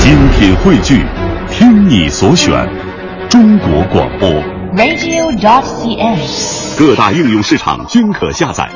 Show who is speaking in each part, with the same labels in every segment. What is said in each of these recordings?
Speaker 1: 精品汇聚，听你所选，中国广播。
Speaker 2: radio.cn。
Speaker 1: 各大应用市场均可下载。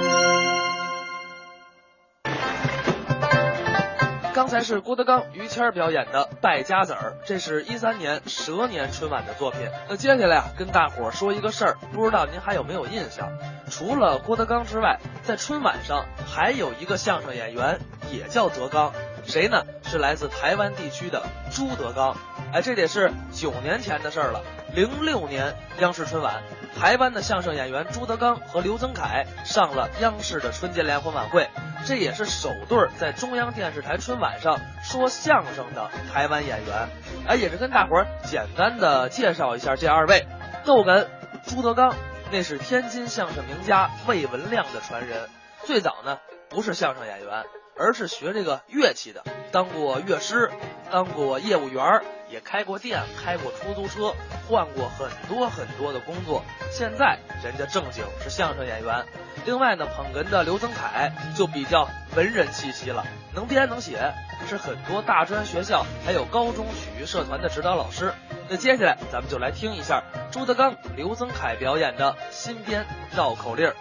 Speaker 3: 刚才是郭德纲、于谦儿表演的《败家子儿》，这是一三年蛇年春晚的作品。那接下来啊，跟大伙儿说一个事儿，不知道您还有没有印象？除了郭德纲之外，在春晚上还有一个相声演员也叫德纲，谁呢？是来自台湾地区的朱德纲。哎，这得是九年前的事儿了。零六年央视春晚，台湾的相声演员朱德刚和刘增凯上了央视的春节联欢晚会，这也是首对儿在中央电视台春晚上说相声的台湾演员。哎，也是跟大伙儿简单的介绍一下这二位。逗哏朱德刚，那是天津相声名家魏文亮的传人，最早呢不是相声演员，而是学这个乐器的，当过乐师，当过业务员儿。也开过店，开过出租车，换过很多很多的工作。现在人家正经是相声演员。另外呢，捧哏的刘增凯就比较文人气息了，能编能写，是很多大专学校还有高中曲艺社团的指导老师。那接下来咱们就来听一下朱德刚、刘增凯表演的新编绕口令儿。
Speaker 4: 台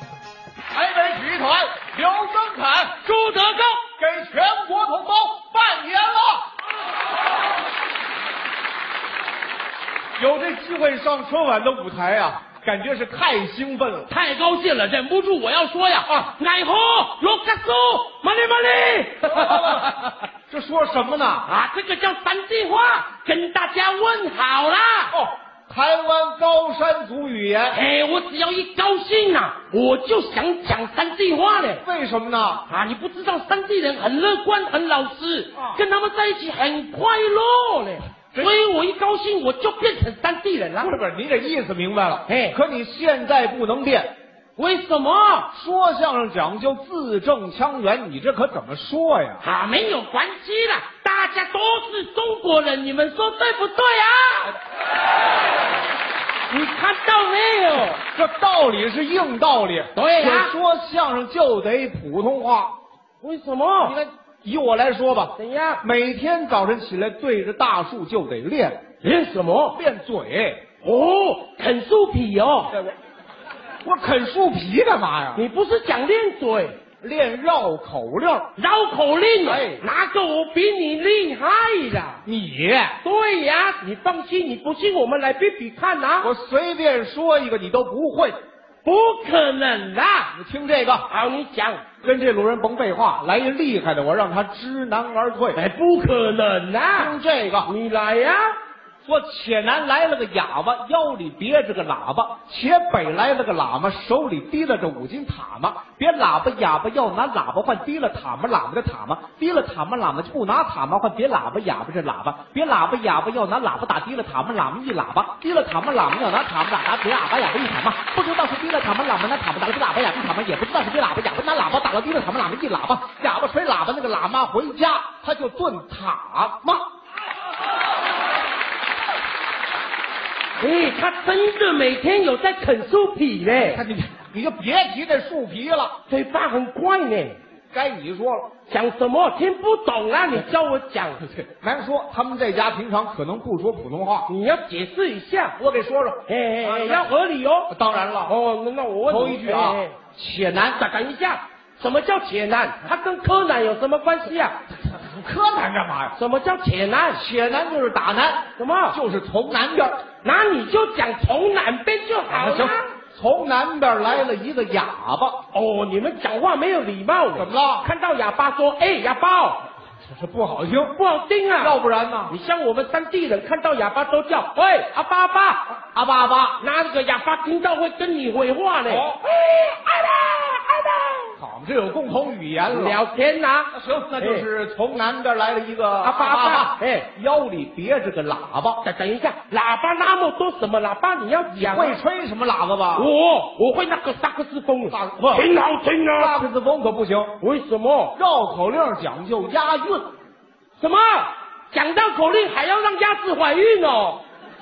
Speaker 4: 北曲艺团刘增凯、朱德刚给全国同胞拜年了！有这机会上春晚的舞台啊，感觉是太兴奋了。
Speaker 5: 太高兴了，忍不住我要说呀！
Speaker 4: 啊
Speaker 5: 爱好罗格苏，玛丽玛丽。
Speaker 4: 这说什么呢？
Speaker 5: 啊，这个叫三句话，跟大家问好啦。
Speaker 4: 哦，台湾高山族语言，
Speaker 5: 哎，我只要一高兴啊，我就想讲三句话嘞。
Speaker 4: 为什么呢？
Speaker 5: 啊，你不知道山地人很乐观，很老实，
Speaker 4: 啊
Speaker 5: 跟他们在一起很快乐嘞。
Speaker 4: 这
Speaker 5: 所以我一高兴，我就变成山地人了
Speaker 4: 不。是不是，你这意思明白了。
Speaker 5: 哎
Speaker 4: 可你现在不能变，
Speaker 5: 为什么？
Speaker 4: 说相声讲究字正腔圆，你这可怎么说呀？
Speaker 5: 啊，没有关系啦，大家都是中国人，你们说对不对啊？你看到没有？
Speaker 4: 这道理是硬道理。
Speaker 5: 对呀
Speaker 4: 可说相声就得普通话。
Speaker 5: 为什
Speaker 4: 你
Speaker 5: 么？
Speaker 4: 看，以我来说吧，
Speaker 5: 怎样？
Speaker 4: 每天早晨起来对着大树就得练
Speaker 5: 练什么？
Speaker 4: 练嘴。
Speaker 5: 哦，啃树皮哦。
Speaker 4: 哎我我啃树皮干嘛呀？
Speaker 5: 你不是讲练嘴、
Speaker 4: 练绕口令儿。
Speaker 5: 绕口令哦？
Speaker 4: 哎
Speaker 5: 哪个我比你厉害啦？
Speaker 4: 你，
Speaker 5: 对呀，你放心，你不信我们来比比看呐、
Speaker 4: 我随便说一个你都不会。
Speaker 5: 不可能啦！
Speaker 4: 你听这个，
Speaker 5: 好，你讲。
Speaker 4: 跟这路人甭废话，来一厉害的，我让他知难而退。
Speaker 5: 哎，不可
Speaker 4: 听
Speaker 5: 能啊啦！
Speaker 4: 这个，
Speaker 5: 你来呀、
Speaker 4: 说且南来了个哑巴，腰里别着个喇叭；且北来了个喇嘛，手里提了着五斤塔嘛。别喇叭哑巴要拿喇叭换，提了塔嘛喇嘛的塔嘛，提了塔嘛喇嘛就不拿塔嘛换。别喇叭哑巴这喇叭，别喇叭哑巴要拿喇叭打提了塔嘛喇嘛一喇叭，提了塔嘛喇嘛要拿塔嘛打打别喇叭哑巴一塔嘛。不知道是提了塔嘛喇嘛拿塔嘛打了别喇叭哑巴一塔嘛，也不知道是别喇叭哑巴拿喇叭打了提了塔嘛喇嘛一喇叭，哑巴甩喇叭那个喇嘛回家，他就炖塔嘛。
Speaker 5: 哎，他真的每天有在啃树皮
Speaker 4: 看
Speaker 5: 嘞，
Speaker 4: 你，你就别提这树皮了。
Speaker 5: 嘴巴很怪呢，
Speaker 4: 该你说了，
Speaker 5: 讲什么听不懂啊？你叫我 讲，
Speaker 4: 难说他们在家平常可能不说普通话，
Speaker 5: 你要解释一下，
Speaker 4: 我给说说。
Speaker 5: 哎哎
Speaker 4: 啊
Speaker 5: 哎，要合理哦。
Speaker 4: 当然了，
Speaker 5: 哦，那那我问
Speaker 4: 头
Speaker 5: 你
Speaker 4: 一句啊
Speaker 5: 哎哎，
Speaker 4: 且难
Speaker 5: 打等一下，什么叫铁
Speaker 4: 啊
Speaker 5: 男？他跟柯南有什么关系啊？
Speaker 4: 柯南干嘛呀？
Speaker 5: 什么叫铁男？
Speaker 4: 且难就是打南，
Speaker 5: 什么？
Speaker 4: 就是从南边。
Speaker 5: 那你就讲从南边就好
Speaker 4: 行
Speaker 5: 了。，
Speaker 4: 从南边来了一个哑巴，
Speaker 5: 哦，你们讲话没有礼貌呢。
Speaker 4: 怎么了
Speaker 5: 看到哑巴说，哎，哑巴哦，
Speaker 4: 这是不好听，哎
Speaker 5: 不好听啊。
Speaker 4: 要不然呢
Speaker 5: 你？像我们当地人看到哑巴都叫喂阿巴阿巴，
Speaker 4: 阿巴阿巴，
Speaker 5: 那个哑巴听到会跟你回话呢。
Speaker 4: 哦
Speaker 5: 哎，阿巴阿
Speaker 4: 好，这有共同语言了。
Speaker 5: 巴，聊天呐、
Speaker 4: 行，那
Speaker 5: 哎
Speaker 4: 就是从南边来了一个阿
Speaker 5: 巴阿巴哎，
Speaker 4: 腰里别着个喇叭，
Speaker 5: 等等一下，喇叭那么多，什么喇叭你要讲、啊？
Speaker 4: 会吹什么喇叭吧？
Speaker 5: 我我会那个萨克斯风，
Speaker 4: 萨克斯风
Speaker 5: 挺好听
Speaker 4: 萨
Speaker 5: 啊。
Speaker 4: 克斯风可不行，
Speaker 5: 为什么？
Speaker 4: 绕口令讲究押韵，
Speaker 5: 什么？讲绕口令还要让鸭子怀孕哦？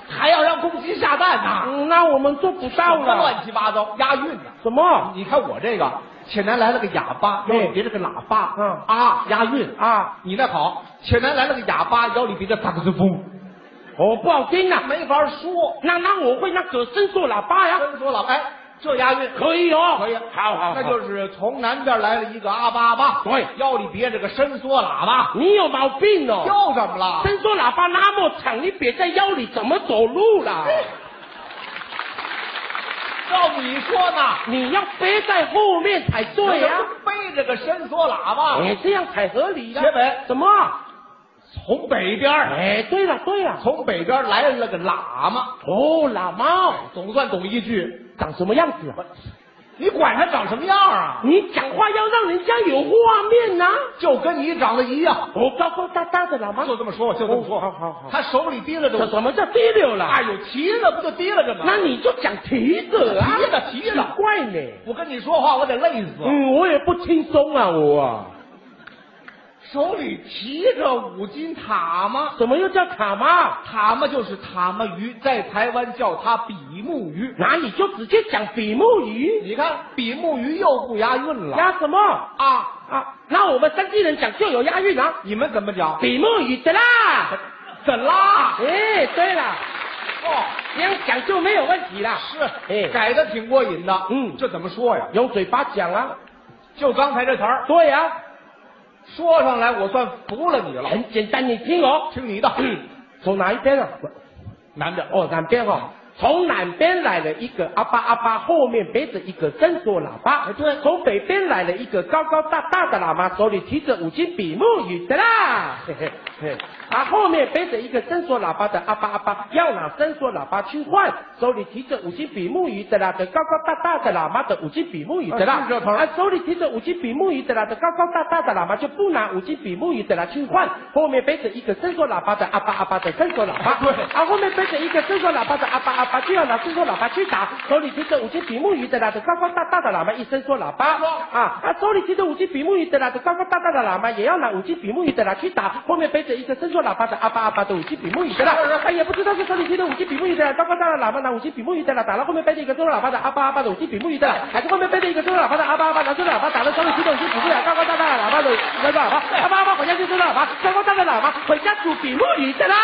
Speaker 4: 还要让公鸡下蛋呐、啊
Speaker 5: 嗯，那我们做不到
Speaker 4: 什么
Speaker 5: 了。
Speaker 4: 乱七八糟，押韵呢、啊
Speaker 5: 什么？
Speaker 4: 你看我这个且南来了个哑巴，腰里别着个喇叭，
Speaker 5: 嗯
Speaker 4: 啊，押韵
Speaker 5: 啊，
Speaker 4: 你那好，且南来了个哑巴，腰里别着萨克斯风，
Speaker 5: 哦，不好听呐。
Speaker 4: 没法说。
Speaker 5: 那那我会那可伸缩喇叭呀，
Speaker 4: 真说了，哎，这押韵
Speaker 5: 可以哦，
Speaker 4: 可以啊
Speaker 5: 好好，
Speaker 4: 那
Speaker 5: 好
Speaker 4: 就是从南边来了一个阿巴阿巴，
Speaker 5: 对
Speaker 4: 腰里别着个伸缩喇叭，
Speaker 5: 你有毛病哦。
Speaker 4: 又怎么了？
Speaker 5: 伸缩喇叭那么长，你别在腰里怎么走路啦？
Speaker 4: 哎照你说呢？
Speaker 5: 你要背在后面才对呀、哎
Speaker 4: 背着个伸缩喇叭，
Speaker 5: 你这样才合理呀、
Speaker 4: 结尾
Speaker 5: 什么？
Speaker 4: 从北边儿，
Speaker 5: 哎，对了对了，
Speaker 4: 从北边来了个喇嘛，
Speaker 5: 哦，喇嘛
Speaker 4: 总算懂一句。
Speaker 5: 长什么样子啊？
Speaker 4: 你管他长什么样啊？
Speaker 5: 你讲话要让人家有画面呐、
Speaker 4: 就跟你长得一样。
Speaker 5: 我高高大大的喇哦嘛，
Speaker 4: 就这么说，就这么说。
Speaker 5: 好好好
Speaker 4: 他手里提了着
Speaker 5: 这
Speaker 4: 我，
Speaker 5: 什么叫第六了？
Speaker 4: 哎呦，提了不就提了着吗？
Speaker 5: 那你就讲提着啊，
Speaker 4: 提了提了
Speaker 5: 奇怪呢。
Speaker 4: 我跟你说话，我得累死。
Speaker 5: 嗯，我也不轻松啊，我啊，
Speaker 4: 手里提着五斤塔嘛，
Speaker 5: 怎么又叫卡嘛？
Speaker 4: 塔嘛就是塔嘛鱼，在台湾叫它比目鱼。
Speaker 5: 那你就直接讲比目鱼，
Speaker 4: 你看，比目鱼又不押韵了
Speaker 5: 押什么？
Speaker 4: 啊！
Speaker 5: 啊，那我们山西人讲就有押韵啊，
Speaker 4: 你们怎么讲？
Speaker 5: 比目鱼的啦。
Speaker 4: 怎啦？
Speaker 5: 哎，对了，
Speaker 4: 哦，
Speaker 5: 这样讲就没有问题啦。
Speaker 4: 是，
Speaker 5: 哎
Speaker 4: 改的挺过瘾的。
Speaker 5: 嗯
Speaker 4: 这怎么说呀？
Speaker 5: 用嘴巴讲啊。
Speaker 4: 就刚才这词儿
Speaker 5: 对呀、
Speaker 4: 啊说上来，我算服了你了。
Speaker 5: 很简单，你听哦。
Speaker 4: 听你的，
Speaker 5: 从哪一边啊？
Speaker 4: 男的
Speaker 5: 哦，南边哦。从南边来了一个阿巴阿巴，后面背着一个伸缩喇
Speaker 4: 哎
Speaker 5: 叭。对。从北边来了一个高高大大的喇嘛，手里提着五斤比目鱼的啦。嘿嘿嘿。啊，后面背着一个伸缩喇叭的阿巴阿巴，要拿伸缩喇叭去换，手里提着五斤比目鱼的啦的高高大大的喇嘛的五斤比目鱼的啦。
Speaker 4: 啊是这头儿
Speaker 5: 啊，手里提着五斤比目鱼的啦的高高大大的喇嘛就不拿五斤比目鱼的啦去换，后面背着一个伸缩喇叭的阿巴阿巴的伸缩喇叭，
Speaker 4: 对
Speaker 5: 啊，后面背着一个伸缩喇叭的阿巴阿巴就要拿伸缩喇叭去打，手里提着五斤比目鱼的啦的高高大大的喇嘛一伸缩喇叭，啊啊，手里提着五斤比目鱼的啦的高高大大的喇嘛也要拿五斤比目鱼的啦去打，后面背着一个伸缩喇叭的阿巴阿巴的五斤比目鱼的啦，他也不知道是手里提着五斤比目鱼的啦，高高大大的喇嘛拿五斤比目鱼的啦打了后面背着一个伸缩喇叭的阿巴阿巴的五斤比目鱼的啦，还是后面背着一个伸缩喇叭的阿巴阿巴拿伸缩喇叭打了手里提着五斤比目鱼的高高大大的喇叭的伸缩喇叭，阿巴阿巴回家去伸缩喇叭，高高大大的喇嘛回家煮比目鱼的啦。